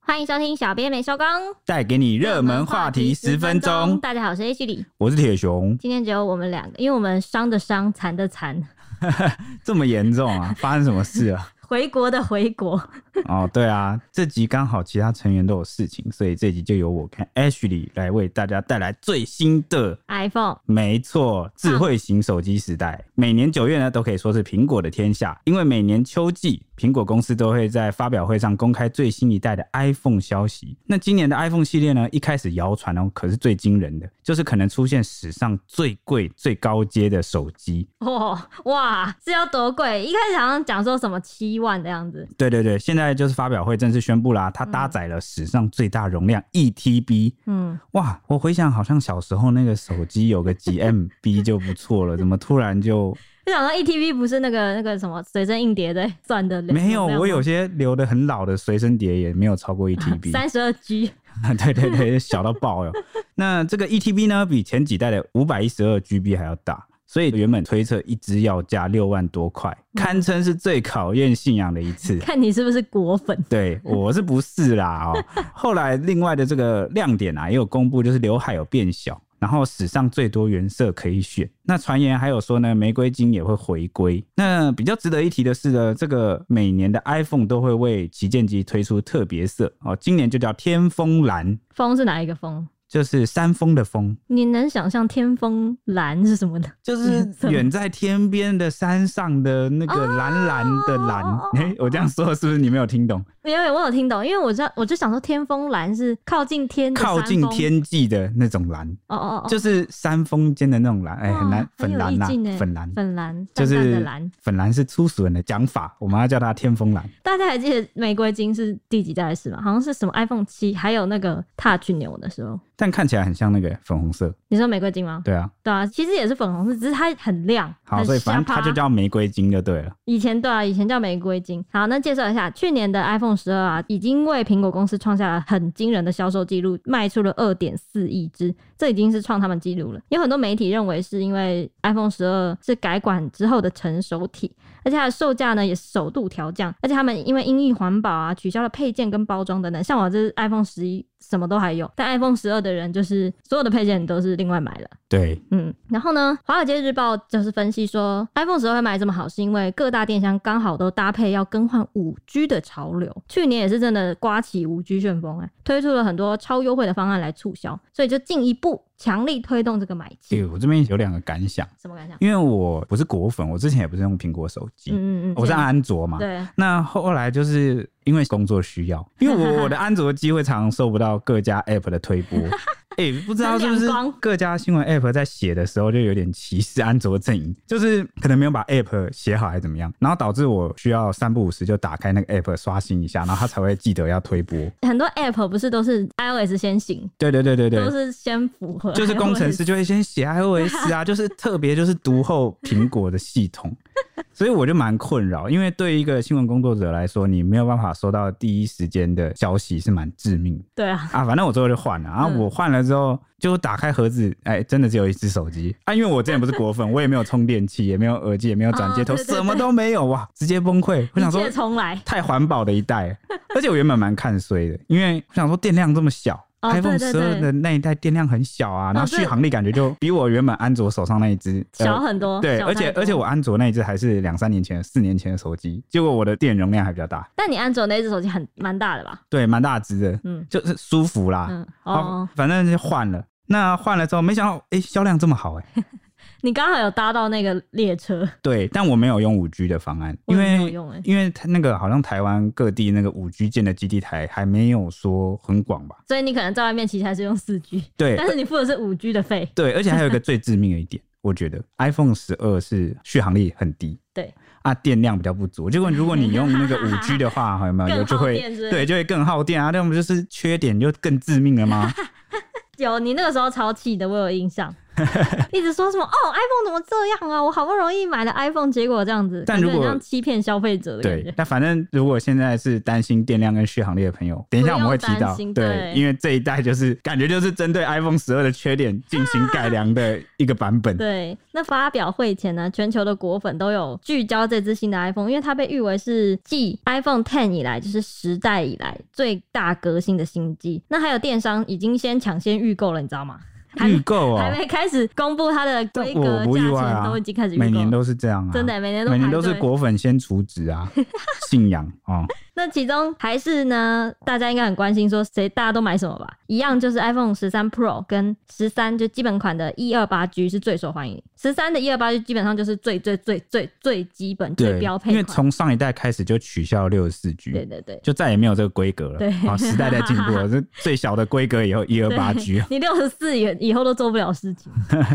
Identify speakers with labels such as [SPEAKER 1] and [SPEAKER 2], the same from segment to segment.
[SPEAKER 1] 欢迎收听《小编没收工》，
[SPEAKER 2] 带给你热门话题十分钟。
[SPEAKER 1] 大家好，我是 H 李，
[SPEAKER 2] 我是铁熊，
[SPEAKER 1] 今天只有我们两个，因为我们伤的伤，残的残，
[SPEAKER 2] 这么严重 啊？发生什么事了？
[SPEAKER 1] 回国的回国。
[SPEAKER 2] 哦，对啊，这集刚好其他成员都有事情，所以这集就由我看 Ashley 来为大家带来最新的。
[SPEAKER 1] iPhone
[SPEAKER 2] 没错，智慧型手机时代，每年九月呢都可以说是苹果的天下，因为每年秋季，苹果公司都会在发表会上公开最新一代的 iPhone 消息。那今年的 iPhone 系列呢，一开始谣传哦，可是最惊人的就是可能出现史上最贵、最高阶的手机，
[SPEAKER 1] 哦，哇，是要多贵？一开始好像讲说什么七万的样子，
[SPEAKER 2] 对对对，现在就是发表会正式宣布啦，它搭载了史上最大容量 1TB。
[SPEAKER 1] 嗯，
[SPEAKER 2] 哇，我回想好像小时候那个手机有个几 MB 就不错了，怎么突然就
[SPEAKER 1] 就想说 ETV 不是那个那个什么随身硬碟在算的，
[SPEAKER 2] 没有？我 有
[SPEAKER 1] 三
[SPEAKER 2] 些留的很老的随身碟也没有超 过 1TB。
[SPEAKER 1] 十二 G，
[SPEAKER 2] 对对对，小到爆哟。那这个 ETB 呢，比前几代的五百一十二 GB 还要大，所以原本推测一只要价六万多块，堪称是最考验信仰的一次。
[SPEAKER 1] 看你是不是果粉。
[SPEAKER 2] 对，我是不是啦？哦，后来另外的这个亮点啊，也有公布，就是刘海有变小，然后史上最多原色可以选。那传言还有说呢，玫瑰金也会回归。那比较值得一提的是呢，这个每年的 iPhone 都会为旗舰机推出特别色哦，今年就叫天风蓝，
[SPEAKER 1] 风是哪一个风？
[SPEAKER 2] 就是山峰的峰。
[SPEAKER 1] 你能想象天风蓝是什么呢？
[SPEAKER 2] 就是远在天边的山上的那个蓝蓝的蓝，
[SPEAKER 1] 哦
[SPEAKER 2] 哎、我这样说是不是你没有听懂？
[SPEAKER 1] 没有，我有听懂，因为我知道，我就想说天风蓝是靠近天的
[SPEAKER 2] 靠
[SPEAKER 1] 山
[SPEAKER 2] 近
[SPEAKER 1] 峰，
[SPEAKER 2] 天际的那种蓝，
[SPEAKER 1] 哦哦哦，
[SPEAKER 2] 就是山峰间的那种蓝，哎、
[SPEAKER 1] 哇
[SPEAKER 2] 很蓝，
[SPEAKER 1] 很
[SPEAKER 2] 粉
[SPEAKER 1] 有
[SPEAKER 2] 蓝
[SPEAKER 1] 意
[SPEAKER 2] 呐、
[SPEAKER 1] 境欸
[SPEAKER 2] 粉蓝，
[SPEAKER 1] 粉蓝，
[SPEAKER 2] 就
[SPEAKER 1] 淡淡的
[SPEAKER 2] 是
[SPEAKER 1] 蓝。
[SPEAKER 2] 粉蓝是粗俗人的讲法，我们要叫它天风蓝。
[SPEAKER 1] 大家还记得玫瑰金是第几代的事吗？好像是什么 iPhone 七，还有那个 Touch 牛的时候。
[SPEAKER 2] 但看起来很像那个粉红色，
[SPEAKER 1] 你说玫瑰金吗？
[SPEAKER 2] 对啊，
[SPEAKER 1] 对啊，其实也是粉红色，只是它很亮，
[SPEAKER 2] 好，
[SPEAKER 1] 很
[SPEAKER 2] 所以反正
[SPEAKER 1] 瞎
[SPEAKER 2] 它就
[SPEAKER 1] 趴
[SPEAKER 2] 叫玫瑰金就对了。
[SPEAKER 1] 以前对啊，以前叫玫瑰金。好，那介绍一下，去年的 iPhone 十二啊，已经为苹果公司创下了很惊人的销售记录，卖出了二点四亿只，这已经是创他们记录了。有很多媒体认为是因为 iPhone 十二是改款之后的成熟体，而且它的售价呢也是首度调降，而且他们因为因应环保啊，取消了配件跟包装等等。像我这是 iPhone 十一什么都还有，但 iPhone 十二的人就是所有的配件都是另外买了。
[SPEAKER 2] 对，
[SPEAKER 1] 嗯，然后呢，《华尔街日报》就是分析说，iPhone 十二会卖这么好，是因为各大电商刚好都搭配要更换五 G 的潮流。去年也是真的刮起五 G 旋风哎、推出了很多超优惠的方案来促销，所以就进一步强力推动这个买
[SPEAKER 2] 哎、
[SPEAKER 1] 气。
[SPEAKER 2] 我这边有两个感想，
[SPEAKER 1] 什么感想？
[SPEAKER 2] 因为我不是果粉，我之前也不是用苹果手机，
[SPEAKER 1] 嗯嗯嗯，
[SPEAKER 2] 我是安卓嘛。
[SPEAKER 1] 对，
[SPEAKER 2] 那后来就是因为工作需要，因为我我的安卓机会常收不到各家 App 的 推播，哎、不知道是不
[SPEAKER 1] 很
[SPEAKER 2] 是
[SPEAKER 1] 两光
[SPEAKER 2] 各家新闻 App 在写的时候就有点歧视安卓阵营，就是可能没有把 App 写好还是怎么样，然后导致我需要三不五时就打开那个 App 刷新一下，然后它才会记得要推播。
[SPEAKER 1] 很多 App 不是都是 iOS 先行，
[SPEAKER 2] 对对对对对
[SPEAKER 1] 都。是先符合，
[SPEAKER 2] 就是工程师。就会先写 iOS 啊，就是特别就是读后苹果的系 统，所以我就蛮困扰，因为对一个新闻工作者来说，你没有办法收到第一时间的消息是蛮致命的
[SPEAKER 1] 对啊，
[SPEAKER 2] 啊。反正我最后就换了，然后
[SPEAKER 1] 嗯
[SPEAKER 2] 我换了之后就打开盒子，哎、真的只有一只手机啊，因为我之前不是果粉，我也没有充电器，也没有耳机，也没有转接头，
[SPEAKER 1] 哦对对对
[SPEAKER 2] 什么都没有哇，直接崩溃。我想
[SPEAKER 1] 一
[SPEAKER 2] 说
[SPEAKER 1] 切重来。
[SPEAKER 2] 太环保的一代 了，而且我原本蛮看衰的，因为我想说电量这么小。
[SPEAKER 1] 哦
[SPEAKER 2] iPhone
[SPEAKER 1] 对
[SPEAKER 2] 十
[SPEAKER 1] 对
[SPEAKER 2] 二
[SPEAKER 1] 对哦
[SPEAKER 2] 的那一代电量很小啊，然后
[SPEAKER 1] 对
[SPEAKER 2] 续航力感觉就比我原本安卓手上那一只呃
[SPEAKER 1] 小很多，
[SPEAKER 2] 对，
[SPEAKER 1] 小
[SPEAKER 2] 而
[SPEAKER 1] 太
[SPEAKER 2] 且
[SPEAKER 1] 多
[SPEAKER 2] 而且我，安卓那一只还是两三年前、四年前的手机，结果我的电容量还比较大，
[SPEAKER 1] 但你安卓那只手机很蛮大的吧？
[SPEAKER 2] 对，蛮大只的，
[SPEAKER 1] 嗯
[SPEAKER 2] 就是舒服啦。
[SPEAKER 1] 嗯，
[SPEAKER 2] 啊好
[SPEAKER 1] 哦，，
[SPEAKER 2] 反正就换了。那换了之后，没想到哎、诶销量这么好哎、诶
[SPEAKER 1] 你刚好有搭到那个列车，
[SPEAKER 2] 对，但我没有用五 G 的方案，
[SPEAKER 1] 我
[SPEAKER 2] 因
[SPEAKER 1] 也没有
[SPEAKER 2] 为
[SPEAKER 1] 用哎、
[SPEAKER 2] 因为它那个好像台湾各地那个五 G 建的基地台还没有说很广吧？
[SPEAKER 1] 所以你可能在外面其实还是用四 G，
[SPEAKER 2] 对，
[SPEAKER 1] 但是你付的是五 G 的费，
[SPEAKER 2] 对，而且还有一个最致命的一点，我觉得 iPhone 十二是续航力很低，
[SPEAKER 1] 对
[SPEAKER 2] 啊，电量比较不足。结果如果你用那个五 G 的话， 有没有
[SPEAKER 1] 更
[SPEAKER 2] 就
[SPEAKER 1] 耗
[SPEAKER 2] 会
[SPEAKER 1] 电是不是
[SPEAKER 2] 对就会更耗电啊？那不就是缺点就更致命了吗？
[SPEAKER 1] 有你那个时候超气的，我有印象，一直说什么哦，iPhone 怎么这样啊？我好不容易买了 iPhone，结果这样子，
[SPEAKER 2] 但
[SPEAKER 1] 感觉
[SPEAKER 2] 如果
[SPEAKER 1] 很像欺骗消费者的感
[SPEAKER 2] 对嗯
[SPEAKER 1] 觉，。
[SPEAKER 2] 那反正如果现在是担心电量跟续航力的朋友，等一下我们会提
[SPEAKER 1] 不用
[SPEAKER 2] 到
[SPEAKER 1] 担，心对
[SPEAKER 2] 对，因为这一代就是感觉就是针对 iPhone 十二的缺点进行改良的一个版本。
[SPEAKER 1] 对，那发表会前呢，全球的果粉都有聚焦这只新的 iPhone，因为它被誉为是继 iPhone Ten 以来，就是时代以来最大革新的新机。那还有电商已经先抢先预购了，你知道吗？还
[SPEAKER 2] 预购
[SPEAKER 1] 还
[SPEAKER 2] 哦，
[SPEAKER 1] 没开始公布它的规
[SPEAKER 2] 但
[SPEAKER 1] 格、
[SPEAKER 2] 我不意外
[SPEAKER 1] 价钱，
[SPEAKER 2] 啊
[SPEAKER 1] 都已经开始预购了。
[SPEAKER 2] 每年都是这样啊，
[SPEAKER 1] 真的，每年都
[SPEAKER 2] 每年
[SPEAKER 1] 排
[SPEAKER 2] 都是
[SPEAKER 1] 队
[SPEAKER 2] 果粉先除职 啊，信仰哦，
[SPEAKER 1] 那其中还是呢，大家应该很关心说谁大家都买什么吧？一样就是 iPhone 十三 Pro 跟十三就基本款的一二八 G 是最受欢迎，十三的一二八 G 基本上就是最最最最最基本最
[SPEAKER 2] 对
[SPEAKER 1] 标，配
[SPEAKER 2] 因为
[SPEAKER 1] 款。
[SPEAKER 2] 从上一代开始就取消六十四 G，
[SPEAKER 1] 对对对，
[SPEAKER 2] 就再也没有这个规格了
[SPEAKER 1] 对。
[SPEAKER 2] 啊，时代在进 步了，这最小的规格以后一二八 G 啊
[SPEAKER 1] 你六十四元以后都做不了事情，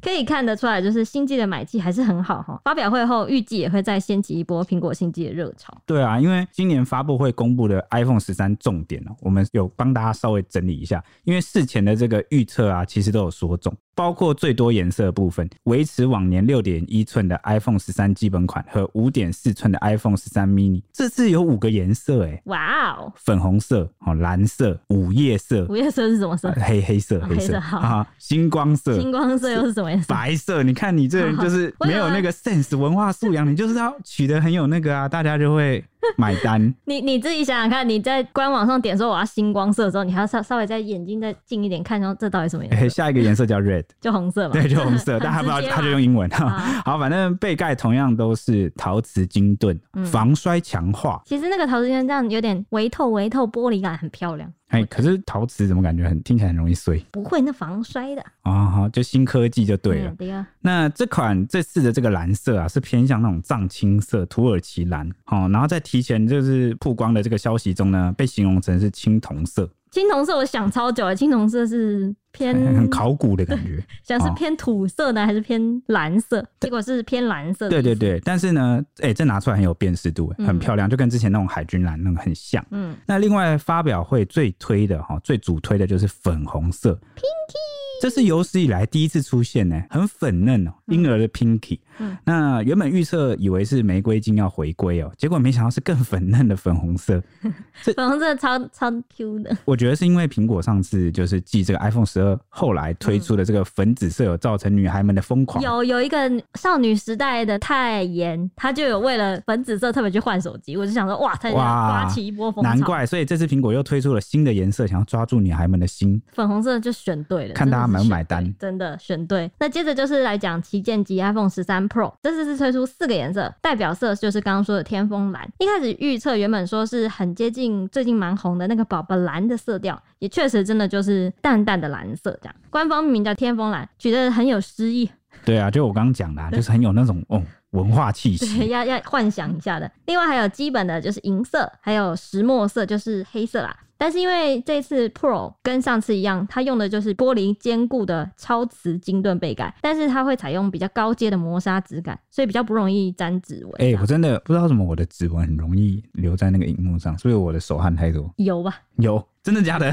[SPEAKER 1] 可以看得出来，就是新机的买气还是很好哈。发表会后预计也会再掀起一波苹果新机的热潮。
[SPEAKER 2] 对啊，因为今年发布会公布的 iPhone 十三重点呢、我们有帮大家稍微整理一下。因为事前的这个预测啊，其实都有说中，包括最多颜色的部分，维持往年六点一寸的 iPhone 十三基本款和五点四寸的 iPhone 十三 mini。这次有五个颜色、欸，
[SPEAKER 1] 哇哦，
[SPEAKER 2] 粉红色、哦蓝色、午夜色、
[SPEAKER 1] 五月色是什么色？
[SPEAKER 2] 黑黑色、
[SPEAKER 1] 哦
[SPEAKER 2] 黑
[SPEAKER 1] 黑色
[SPEAKER 2] 色
[SPEAKER 1] 好
[SPEAKER 2] 啊，星光色、
[SPEAKER 1] 星光色又是什么颜色？
[SPEAKER 2] 白色，你看你 这人就是
[SPEAKER 1] 好
[SPEAKER 2] 没有那个 sense 文化素养，你就是要取得很有那个啊，大家就会买 单。
[SPEAKER 1] 你你自己想想看，你在官网上点说我要星光色的时候，你还要稍稍微在眼睛再近一点看，然后这到底什么颜
[SPEAKER 2] 哎、
[SPEAKER 1] 色？
[SPEAKER 2] 下一个颜色 叫 red，
[SPEAKER 1] 就红色嘛。
[SPEAKER 2] 对，就红色，
[SPEAKER 1] 很
[SPEAKER 2] 但他不知道，
[SPEAKER 1] 直接啊嘛
[SPEAKER 2] 他就用英文。
[SPEAKER 1] 啊
[SPEAKER 2] 好，反正背盖同样都是陶瓷晶盾，
[SPEAKER 1] 嗯
[SPEAKER 2] 防摔强化。
[SPEAKER 1] 其实那个陶瓷圈这样有点微透微透玻璃感，很漂亮。
[SPEAKER 2] 哎、可是陶瓷怎么感觉很听起来很容易碎
[SPEAKER 1] 不会那防摔的。
[SPEAKER 2] 啊？好、就新科技就对了。
[SPEAKER 1] 嗯对啊，
[SPEAKER 2] 那这款这次的这个蓝色啊，是偏向那种藏青色、土耳其蓝哦。然后在提前就是曝光的这个消息中呢，被形容成是青铜色，
[SPEAKER 1] 青铜色我想超久了，青铜色是偏
[SPEAKER 2] 很考古的感觉。
[SPEAKER 1] 想是
[SPEAKER 2] 哦
[SPEAKER 1] 偏土色呢，还是偏蓝色？结果是偏蓝色。
[SPEAKER 2] 对对，对，但是呢，哎、这拿出来很有辨识度，哎很
[SPEAKER 1] 嗯
[SPEAKER 2] 漂亮，就跟之前那种海军蓝那个很像。
[SPEAKER 1] 嗯，
[SPEAKER 2] 那另外发表会最推的哈，最主推的就是粉红色 Pinky，这是有史以来第一次出现呢，很粉嫩哦，婴儿的 Pinky。
[SPEAKER 1] 嗯
[SPEAKER 2] 那原本预测以为是玫瑰金要回归哦，结果没想到是更粉嫩的粉红色。
[SPEAKER 1] 粉红色超超 Q 的。
[SPEAKER 2] 我觉得是因为苹果上次就是继这个 iPhone 十二后来推出的这个粉紫色，有造成女孩们的疯狂。
[SPEAKER 1] 有有一个少女时代的泰妍，她就有为了粉紫色特别去换手机，我就想说，哇，她
[SPEAKER 2] 哇
[SPEAKER 1] 刮起一波风潮，
[SPEAKER 2] 难怪，所以这次苹果又推出了新的颜色，想要抓住女孩们的心。
[SPEAKER 1] 粉红色就选对了，
[SPEAKER 2] 看大家买不买单
[SPEAKER 1] 真的是选对真的选对。那接着就是来讲旗舰机 iPhone 十三 Pro，这次是推出四个颜色，代表色就是刚刚说的天风蓝。一开始预测原本说是很接近最近蛮红的那个宝宝蓝的色调，也确实真的就是淡淡的蓝色这样。官方命名叫天风蓝，取得很有诗意，
[SPEAKER 2] 对啊，就我刚刚讲的、啊，就是很有那种哦文化气息
[SPEAKER 1] 对，。要要幻想一下的。另外还有基本的就是银色，还有石墨色，就是黑色啦。但是因为这次 Pro 跟上次一样，它用的就是玻璃坚固的超瓷晶盾背盖，但是它会采用比较高阶的磨砂质感，所以比较不容易沾指纹。啊
[SPEAKER 2] 哎、我真的不知道为什么我的指纹很容易留在那个荧幕上，是不是我的手汗太多？
[SPEAKER 1] 油吧，
[SPEAKER 2] 有，真的假的？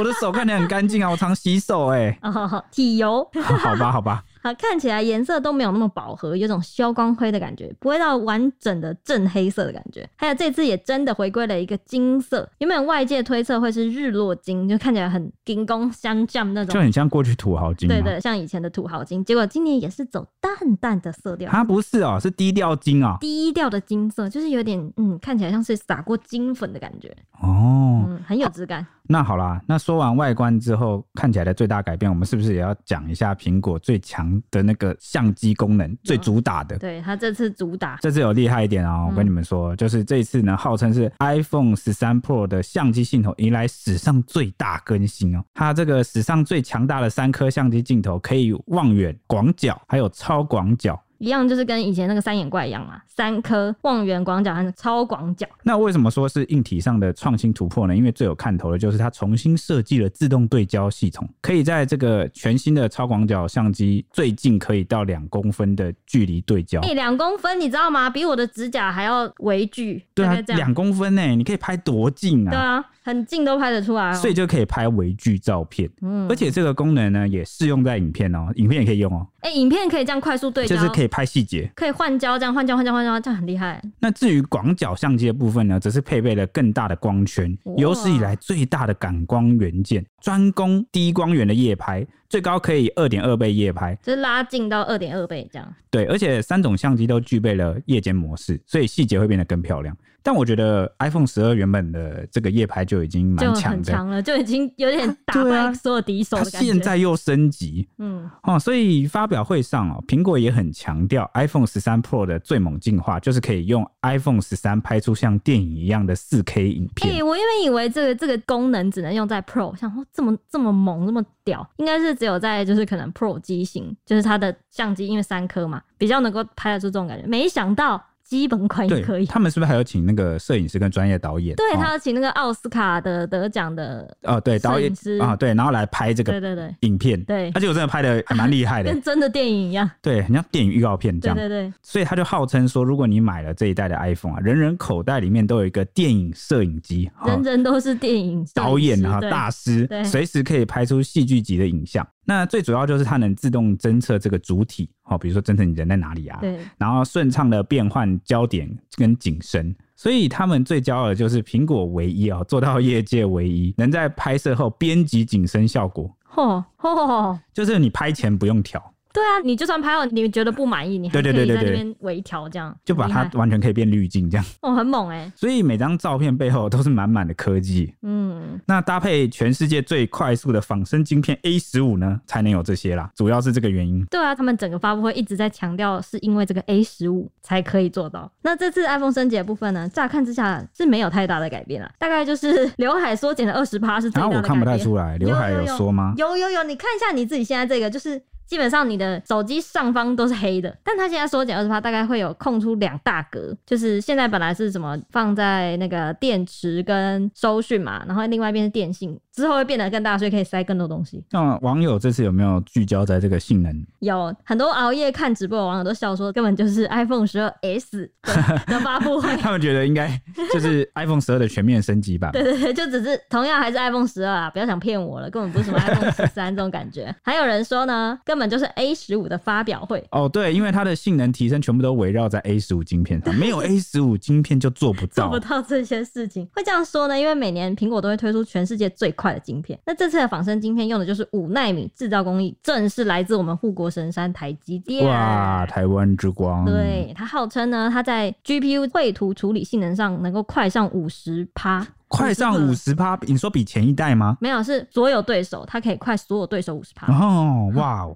[SPEAKER 2] 我的手看起来很干净啊，我常洗手哎、
[SPEAKER 1] 哦，体油，
[SPEAKER 2] 好好吧，好 吧，
[SPEAKER 1] 好看起来颜色都没有那么饱和，有种消光灰的感觉，不会到完整的正黑色的感觉。还有这次也真的回归了一个金色，原本外界推测会是日落金，就看起来很金光相降那
[SPEAKER 2] 就
[SPEAKER 1] 种。
[SPEAKER 2] 很像过去土豪金、啊。
[SPEAKER 1] 对对，像以前的土豪金，结果今年也是走淡淡的色调，
[SPEAKER 2] 啊，不是哦，是低调金哦。
[SPEAKER 1] 低调的金色，就是有点嗯，看起来像是撒过金粉的感觉，
[SPEAKER 2] 哦，
[SPEAKER 1] 嗯，很有质感。
[SPEAKER 2] 那好啦，那说完外观之后，看起来的最大改变，我们是不是也要讲一下苹果最强的那个相机功能，最主打的？
[SPEAKER 1] 对它这次主打
[SPEAKER 2] 这次有厉害一点哦，
[SPEAKER 1] 嗯
[SPEAKER 2] 我跟你们说，就是这一次呢，号称是 iPhone 十三 Pro 的相机系统迎来史上最大更新哦。它这个史上最强大的三颗相机镜头，可以望远、广角还有超广角。
[SPEAKER 1] 一样就是跟以前那个三眼怪一样嘛，三颗望远广角和超广角。
[SPEAKER 2] 那为什么说是硬体上的创新突破呢？因为最有看头的就是它重新设计了自动对焦系统，可以在这个全新的超广角相机最近可以到两公分的距离对焦。
[SPEAKER 1] 哎、两公分，你知道吗？比我的指甲还要微距，
[SPEAKER 2] 对
[SPEAKER 1] 大
[SPEAKER 2] 啊
[SPEAKER 1] 概，这样。
[SPEAKER 2] 两公分呢、你可以拍多近
[SPEAKER 1] 对
[SPEAKER 2] 啊？
[SPEAKER 1] 啊，很近都拍得出来、哦。
[SPEAKER 2] 所以就可以拍微距照片，
[SPEAKER 1] 嗯
[SPEAKER 2] 而且这个功能呢也适用在影片哦，影片也可以用哦，
[SPEAKER 1] 哎、影片可以这样快速对焦，
[SPEAKER 2] 就是可
[SPEAKER 1] 以
[SPEAKER 2] 以拍细节。
[SPEAKER 1] 可以换焦，这样换焦换焦换焦，这样很厉害。
[SPEAKER 2] 那至于广角相机的部分呢，则是配备了更大的光圈
[SPEAKER 1] 哇，
[SPEAKER 2] 有史以来最大的感光元件，专攻低光源的夜拍，最高可以二点二倍夜拍。
[SPEAKER 1] 就是拉近到二点二倍这样。
[SPEAKER 2] 对，而且三种相机都具备了夜间模式，所以细节会变得更漂亮。但我觉得 iPhone 十二原本的这个夜拍就已经
[SPEAKER 1] 就
[SPEAKER 2] 蛮强
[SPEAKER 1] 很
[SPEAKER 2] 的，
[SPEAKER 1] 强了，就已经有 点打
[SPEAKER 2] 对
[SPEAKER 1] 败
[SPEAKER 2] 啊
[SPEAKER 1] 所有敌手
[SPEAKER 2] 它
[SPEAKER 1] 的感觉。
[SPEAKER 2] 现在又升级
[SPEAKER 1] 嗯，
[SPEAKER 2] 哦，所以发表会上哦，苹果也很强调 iPhone 十三 Pro 的最猛进化，就是可以用 iPhone 十三拍出像电影一样的四 K 影
[SPEAKER 1] 哎、
[SPEAKER 2] 片。
[SPEAKER 1] 我原本以为这个这个功能只能用在 Pro，想说这么这么猛，这么屌，应该是只有在就是可能 Pro 机型，就是它的相机因为三颗嘛，比较能够拍得出这种感觉。没想到基本款也
[SPEAKER 2] 对
[SPEAKER 1] 可以，。
[SPEAKER 2] 他们是不是还有请那个摄影师跟专业导演？
[SPEAKER 1] 对，
[SPEAKER 2] 哦
[SPEAKER 1] 他请那个奥斯卡的得奖的，
[SPEAKER 2] 哦，对，导演
[SPEAKER 1] 摄影师
[SPEAKER 2] 啊、对，然后来拍这
[SPEAKER 1] 对
[SPEAKER 2] 个哎
[SPEAKER 1] 对对，
[SPEAKER 2] 影片，
[SPEAKER 1] 对
[SPEAKER 2] 而且我真的 拍的还蛮厉害的
[SPEAKER 1] 跟，真的电影一样。
[SPEAKER 2] 对，很像电影预告片这
[SPEAKER 1] 对
[SPEAKER 2] 样。
[SPEAKER 1] 对对，
[SPEAKER 2] 所以他就号称说，如果你买了这一代的 iPhone 啊，人人口袋里面都有一个电影摄影机，哦哈
[SPEAKER 1] 人人都是电影摄影
[SPEAKER 2] 导演
[SPEAKER 1] 师
[SPEAKER 2] 啊
[SPEAKER 1] 对
[SPEAKER 2] 大师
[SPEAKER 1] 对，
[SPEAKER 2] 随时可以拍出戏剧级的影像。那最主要就是它能自动侦测这个主体，哦，比如说侦测你人在哪里啊，
[SPEAKER 1] 对，
[SPEAKER 2] 然后顺畅的变换焦点跟景深。所以他们最骄傲的就是苹果唯一哦，做到业界唯一能在拍摄后编辑景深效果，
[SPEAKER 1] 嚯嚯。
[SPEAKER 2] 就是你拍前不用调，
[SPEAKER 1] 对啊，你就算拍到你觉得不满意，你还
[SPEAKER 2] 对
[SPEAKER 1] 可
[SPEAKER 2] 对
[SPEAKER 1] 以在
[SPEAKER 2] 对
[SPEAKER 1] 那
[SPEAKER 2] 对对
[SPEAKER 1] 边微调，这样
[SPEAKER 2] 就把它
[SPEAKER 1] 很厉害
[SPEAKER 2] 完全可以变滤镜这样。
[SPEAKER 1] 哦很猛哎、欸，
[SPEAKER 2] 所以每张照片背后都是满满的科技。
[SPEAKER 1] 嗯，
[SPEAKER 2] 那搭配全世界最快速的仿生晶片 A 十五呢，才能有这些啦，主要是这个原因。
[SPEAKER 1] 对啊，他们整个发布会一直在强调是因为这个 A 十五才可以做到。那这次 iPhone 升级的部分呢，乍看之下是没有太大的改变啊，大概就是刘海缩减了二十趴是最大
[SPEAKER 2] 然后
[SPEAKER 1] 的
[SPEAKER 2] 啊我
[SPEAKER 1] 改
[SPEAKER 2] 看不太
[SPEAKER 1] 变。
[SPEAKER 2] 出来，刘海有缩吗？
[SPEAKER 1] 有有有，你看一下你自己现在这个，就是基本上你的手机上方都是黑的，但它现在缩减二十趴，大概会有空出两大格，就是现在本来是什么放在那个电池跟收讯嘛，然后另外一边是电信，之后会变得更大，所以可以塞更多东西。
[SPEAKER 2] 那网友这次有没有聚焦在这个性 能？
[SPEAKER 1] 有很多熬夜看直播的网友都笑说，根本就是 iPhone 十二 S 的的发布会。
[SPEAKER 2] 他们觉得应该 就是 iPhone 十二的全面升级版。
[SPEAKER 1] 对对对，就只是同样还是 iPhone 十二啊，不要想骗我了，根本不是什么 iPhone 十三这种感觉。还有人说呢，根本就是 A 十五的发表会。
[SPEAKER 2] 哦，对，因为它的性能提升全部都围绕在 A 十五晶片上，没有 A 十五晶片就做不
[SPEAKER 1] 做
[SPEAKER 2] 到
[SPEAKER 1] 不。到这些事情，会这样说呢？因为每年苹果都会推出全世界最快的晶片，那这次的仿生晶片用的就是五纳米制造工艺，正是来自我们护国神山台积电。
[SPEAKER 2] 哇，台湾之光！，
[SPEAKER 1] 对，它号称呢，它在 GPU 绘图处理性能上能够快上五十趴，
[SPEAKER 2] 快上五
[SPEAKER 1] 50%，
[SPEAKER 2] 十趴，你说比前一代吗？
[SPEAKER 1] 没有是所有对手，它可以快所有对手五十趴，
[SPEAKER 2] 哦，哇哦，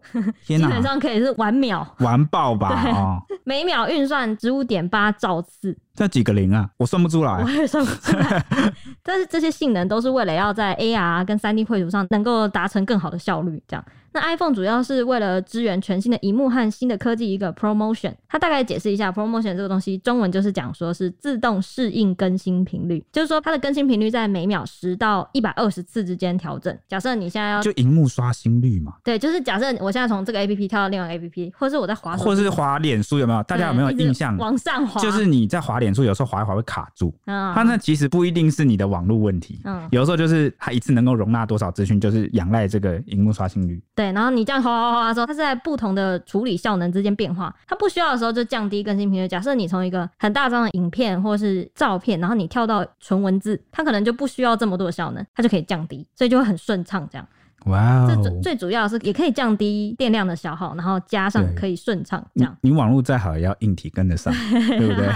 [SPEAKER 1] 基
[SPEAKER 2] 天哪、
[SPEAKER 1] 本上可以是完秒，
[SPEAKER 2] 完爆吧
[SPEAKER 1] 对
[SPEAKER 2] 哦，
[SPEAKER 1] 每秒运算十五点八兆次，
[SPEAKER 2] 这几个零啊，我算不出来
[SPEAKER 1] 我。也算不出 来。 但是这些性能都是为了要在 AR 跟 3D 绘图上能够达成更好的效率。这样，那 iPhone 主要是为了支援全新的荧幕和新的科技一个 ProMotion。它大概解释一下 ProMotion 这个东西，中文就是讲说是自动适应更新频率，就是说它的更新频率在每秒十到一百二十次之间调整。假设你现在要
[SPEAKER 2] 就荧幕刷新率嘛，
[SPEAKER 1] 对，就是假设我现在从这个 APP 跳到另外一个 APP，或是我在滑手机，
[SPEAKER 2] 或是滑脸书有没有？大家有没有
[SPEAKER 1] 对一直
[SPEAKER 2] 印象？
[SPEAKER 1] 往上滑，
[SPEAKER 2] 就是你在滑脸书，有时候滑一滑会卡住。
[SPEAKER 1] 啊
[SPEAKER 2] 它那其实不一定是你的网络问题，
[SPEAKER 1] 嗯
[SPEAKER 2] 有时候就是它一次能够容纳多少资讯，就是仰赖这个荧幕刷新率。
[SPEAKER 1] 对，然后你这样哗哗哗哗的时候，它是在不同的处理效能之间变化。它不需要的时候就降低更新频率。假设你从一个很大张的影片或是照片，然后你跳到纯文字，它可能就不需要这么多的效能，它就可以降低，所以就会很顺畅。这样，
[SPEAKER 2] 哇
[SPEAKER 1] 这
[SPEAKER 2] 哦！
[SPEAKER 1] 最最主要的是也可以降低电量的消耗，然后加上
[SPEAKER 2] 对
[SPEAKER 1] 可以顺畅这
[SPEAKER 2] 你
[SPEAKER 1] 样。
[SPEAKER 2] 你网络再好也要硬体跟 得上，对不对？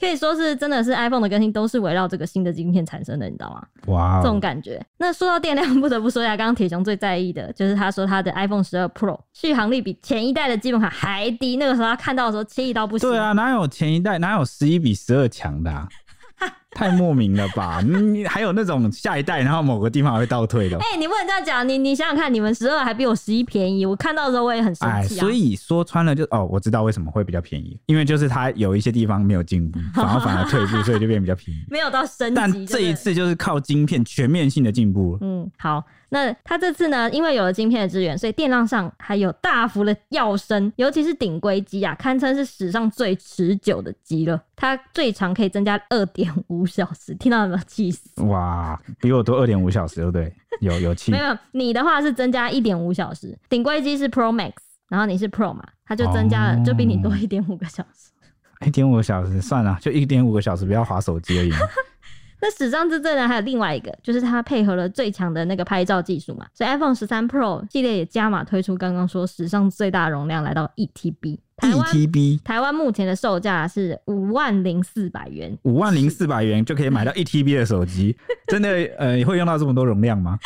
[SPEAKER 1] 可以说是真的是 iPhone 的更新都是围绕这个新的晶片产生的，你知道吗？
[SPEAKER 2] 哇
[SPEAKER 1] 这种
[SPEAKER 2] 哦！
[SPEAKER 1] 感觉。那说到电量，不得不说一下，刚刚铁熊最在意的就是他说他的 iPhone 十二 Pro 续航力比前一代的基本款还低，那个时候他看到的时候惬意到不行。
[SPEAKER 2] 对啊，哪有前一代哪有十一比十二强的、啊？太莫名了吧？你还有那种下一代，然后某个地方还会倒退的。
[SPEAKER 1] 哎、你不能这样讲，你你想想看，你们十二还比我十一便宜，我看到的时候我也很生
[SPEAKER 2] 哎，
[SPEAKER 1] 气啊。
[SPEAKER 2] 所以说穿了就哦，我知道为什么会比较便宜，因为就是它有一些地方没有进步，反而反而退 步，所以就变比较便宜。
[SPEAKER 1] 没有到升级。
[SPEAKER 2] 但这
[SPEAKER 1] 对
[SPEAKER 2] 一
[SPEAKER 1] 不对，
[SPEAKER 2] 次就是靠晶片全面性的进步了。
[SPEAKER 1] 嗯，好，那它这次呢，因为有了晶片的支援，所以电浪上还有大幅的跃升，尤其是顶规机啊，堪称是史上最持久的机了。它最长可以增加二点五小时，听到有没有气死？
[SPEAKER 2] 哇，比我多二点五小时，对不对？有有气
[SPEAKER 1] 没，有，你的话是增加一点五小时，顶规机是 Pro Max，然后你是 Pro 嘛，它就增加了，
[SPEAKER 2] 哦
[SPEAKER 1] 就比你多一点五个小时。
[SPEAKER 2] 一点五个小时算了，就一点五个小时，不要划手机而已。
[SPEAKER 1] 那史上之最呢，还有另外一个，就是它配合了最强的那个拍照技术嘛，所以 iPhone 十三 Pro 系列也加码推出，刚刚说史上最大容量来到一 TB，台
[SPEAKER 2] E
[SPEAKER 1] 湾
[SPEAKER 2] 1TB
[SPEAKER 1] 台湾目前的售价是五万零四百元，
[SPEAKER 2] 五万零四百元就可以买到一 TB 的 手机，真的呃会用到这么多容量吗？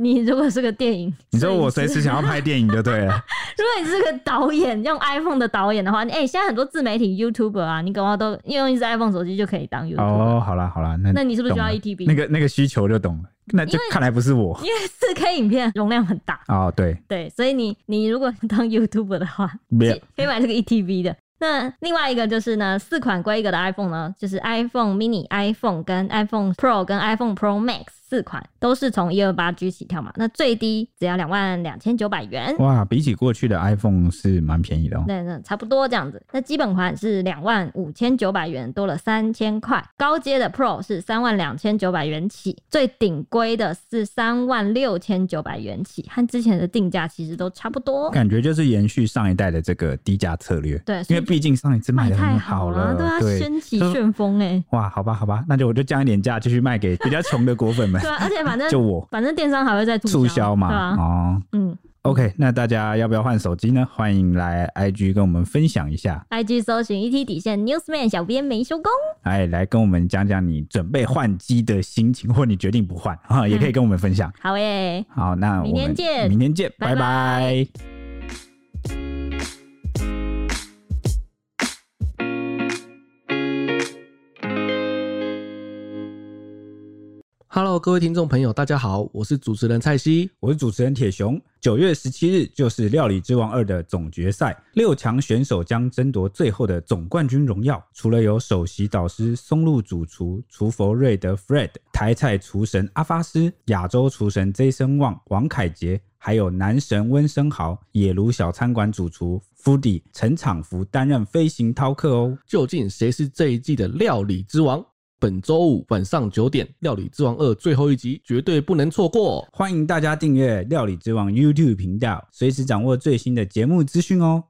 [SPEAKER 1] 你如果是个电影，
[SPEAKER 2] 你说我
[SPEAKER 1] 摄
[SPEAKER 2] 随
[SPEAKER 1] 影师
[SPEAKER 2] 时想要拍电影就对了。
[SPEAKER 1] 如果你是个导演，用 iPhone 的导演的话，你哎、现在很多自媒体 YouTuber 啊，你搞不好都用一只 iPhone 手机就可以当 YouTuber，、
[SPEAKER 2] 哦，好啦好啦，那
[SPEAKER 1] 那你是不是需要
[SPEAKER 2] 懂了
[SPEAKER 1] 1TB
[SPEAKER 2] 那个那个需求就懂了，那就看来不是我
[SPEAKER 1] 因为四 K 影片容量很大，
[SPEAKER 2] 哦，对，
[SPEAKER 1] 对，所以你你如果当 YouTuber 的话，
[SPEAKER 2] 没有
[SPEAKER 1] 可以可以买这个 ETV 的。那另外一个就是呢，四款规格的 iPhone 呢，就是 iPhone mini、iPhone 跟 iPhone Pro 跟 iPhone Pro Max 四款都是从一二八 G 起跳嘛，那最低只要两万两千九百元。
[SPEAKER 2] 哇，比起过去的 iPhone 是蛮便宜的哦。
[SPEAKER 1] 那那差不多这样子，那基本款是两万五千九百元，多了三千块。高阶的 Pro 是三万两千九百元起，最顶规的是三万六千九百元起，和之前的定价其实都差不多。
[SPEAKER 2] 感觉就是延续上一代的这个低价策略，
[SPEAKER 1] 对
[SPEAKER 2] 因
[SPEAKER 1] 所以
[SPEAKER 2] 为毕竟上一次卖
[SPEAKER 1] 卖
[SPEAKER 2] 的
[SPEAKER 1] 太
[SPEAKER 2] 很
[SPEAKER 1] 好
[SPEAKER 2] 了，
[SPEAKER 1] 对啊，
[SPEAKER 2] 对，
[SPEAKER 1] 掀起
[SPEAKER 2] 就是
[SPEAKER 1] 旋风哎、
[SPEAKER 2] 哇，好吧，好吧，那就我就降一点价，继续卖 给比较穷的果粉们
[SPEAKER 1] 对，啊，而且反正
[SPEAKER 2] 就我
[SPEAKER 1] 反正电商还会再
[SPEAKER 2] 促销嘛，
[SPEAKER 1] 对啊，
[SPEAKER 2] 哦
[SPEAKER 1] 嗯
[SPEAKER 2] ，OK，那大家要不要换手机呢？欢迎来 IG 跟我们分享一下，
[SPEAKER 1] ，IG 搜寻 ET 底线 Newsman 小编没收工，
[SPEAKER 2] 哎，来跟我们讲讲你准备换机的心情，或你决定不换啊，也可以跟我们分享。
[SPEAKER 1] 好欸耶、
[SPEAKER 2] 好，那
[SPEAKER 1] 嗯
[SPEAKER 2] 我们
[SPEAKER 1] 明天见
[SPEAKER 2] 明天见，
[SPEAKER 1] 拜
[SPEAKER 2] 拜拜
[SPEAKER 3] ，Hello，各位听众朋友，大家好，我是主持人蔡西。
[SPEAKER 2] 我是主持人铁熊。九月十七日就是《料理之王二》的总决赛，六强选手将争夺最后的总冠军荣耀。除了有首席导师松露主厨厨佛瑞德 （Fred）、台菜厨神阿发斯、亚洲厨神 Jason Wang、王凯杰。还有男神温生豪、野炉小餐馆主厨 Foodie 陈场福担任飞行饕客哦。
[SPEAKER 3] 究竟谁是这一季的料理之王？本周五晚上九点，《料理之王二》最后一集绝对不能错过哦。
[SPEAKER 2] 欢迎大家订阅《料理之王》YouTube 频道，随时掌握最新的节目资讯哦。